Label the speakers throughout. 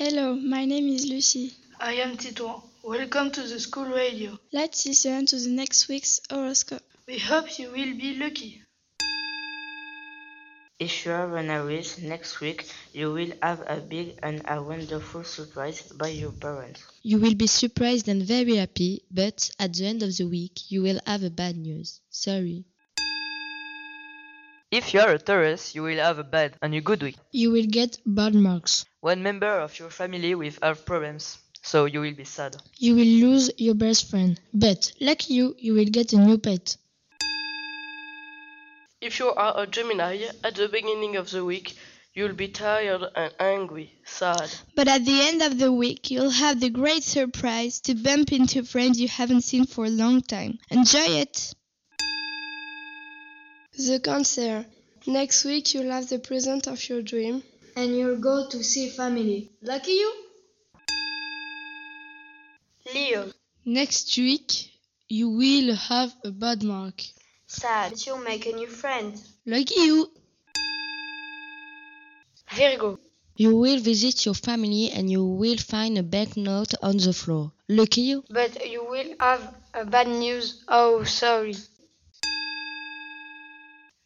Speaker 1: My name is Lucy.
Speaker 2: I am Titouan. Welcome to the school radio.
Speaker 1: Let's listen to the next week's horoscope.
Speaker 2: We hope you will be lucky.
Speaker 3: If you are on a race next week, you will have a big and a wonderful surprise by your parents.
Speaker 4: You will be surprised and very happy, but at the end of the week, you will have a bad news. Sorry.
Speaker 5: If you are a Taurus, you will have a bad and a good week.
Speaker 6: You will get bad marks.
Speaker 5: One member of your family will have problems, so you will be sad.
Speaker 6: You will lose your best friend, but like you, you will get a new pet.
Speaker 7: If you are a Gemini, at the beginning of the week, you'll be tired and angry, sad.
Speaker 8: But at the end of the week, you'll have the great surprise to bump into friends you haven't seen for a long time. Enjoy it!
Speaker 9: The Cancer. Next week you'll have the present of your dream.
Speaker 10: And you'll go to see family. Lucky you!
Speaker 11: Leo.
Speaker 12: Next week you will have a bad mark.
Speaker 11: Sad, but you'll make a new friend.
Speaker 12: Lucky you!
Speaker 13: Virgo.
Speaker 4: You will visit your family and you will find a banknote on the floor. Lucky you!
Speaker 13: But you will have
Speaker 11: uh,
Speaker 13: a bad news. Oh, sorry.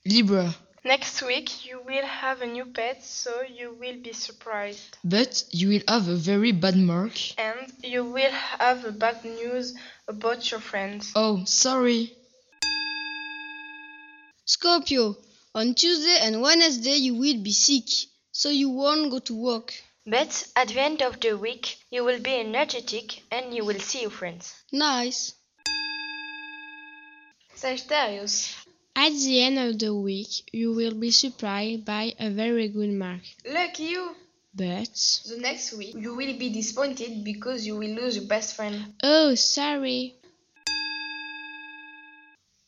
Speaker 12: Libra.
Speaker 14: Next week you will have a new pet, so you will be surprised.
Speaker 12: But you will have a very bad mark.
Speaker 14: And you will have a bad news about your friends.
Speaker 12: Oh, sorry.
Speaker 15: Scorpio, on Tuesday and Wednesday you will be sick, so you won't go to work.
Speaker 11: But at the end of the week you will be energetic and you will see your friends.
Speaker 15: Nice.
Speaker 16: Sagittarius.
Speaker 17: At the end of the week, you will be surprised by a very good mark.
Speaker 16: Lucky you!
Speaker 17: But
Speaker 16: the next week, you will be disappointed because you will lose your best friend.
Speaker 17: Oh, sorry.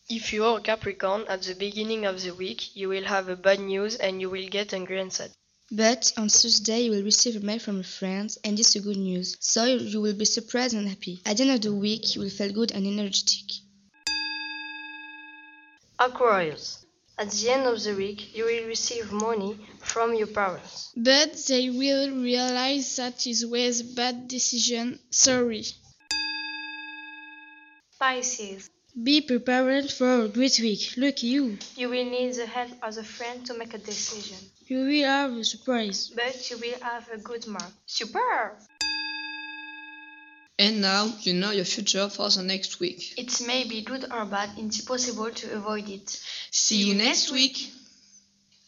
Speaker 7: If you are Capricorn at the beginning of the week, you will have a bad news and you will get angry and sad.
Speaker 4: But on Thursday, you will receive a mail from a friend, and this is good news. So you will be surprised and happy. At the end of the week, you will feel good and energetic.
Speaker 13: Aquarius. At the end of the week, you will receive money from your parents.
Speaker 17: But they will realize that it was a bad decision. Sorry.
Speaker 11: Pisces.
Speaker 12: Be prepared for a great week. Lucky you.
Speaker 11: You will need the help of a friend to make a decision.
Speaker 12: You will have a surprise.
Speaker 11: But you will have a good mark. Super!
Speaker 18: And now you know your future for the next week.
Speaker 11: It may be good or bad, it's possible to avoid it.
Speaker 18: See you next week!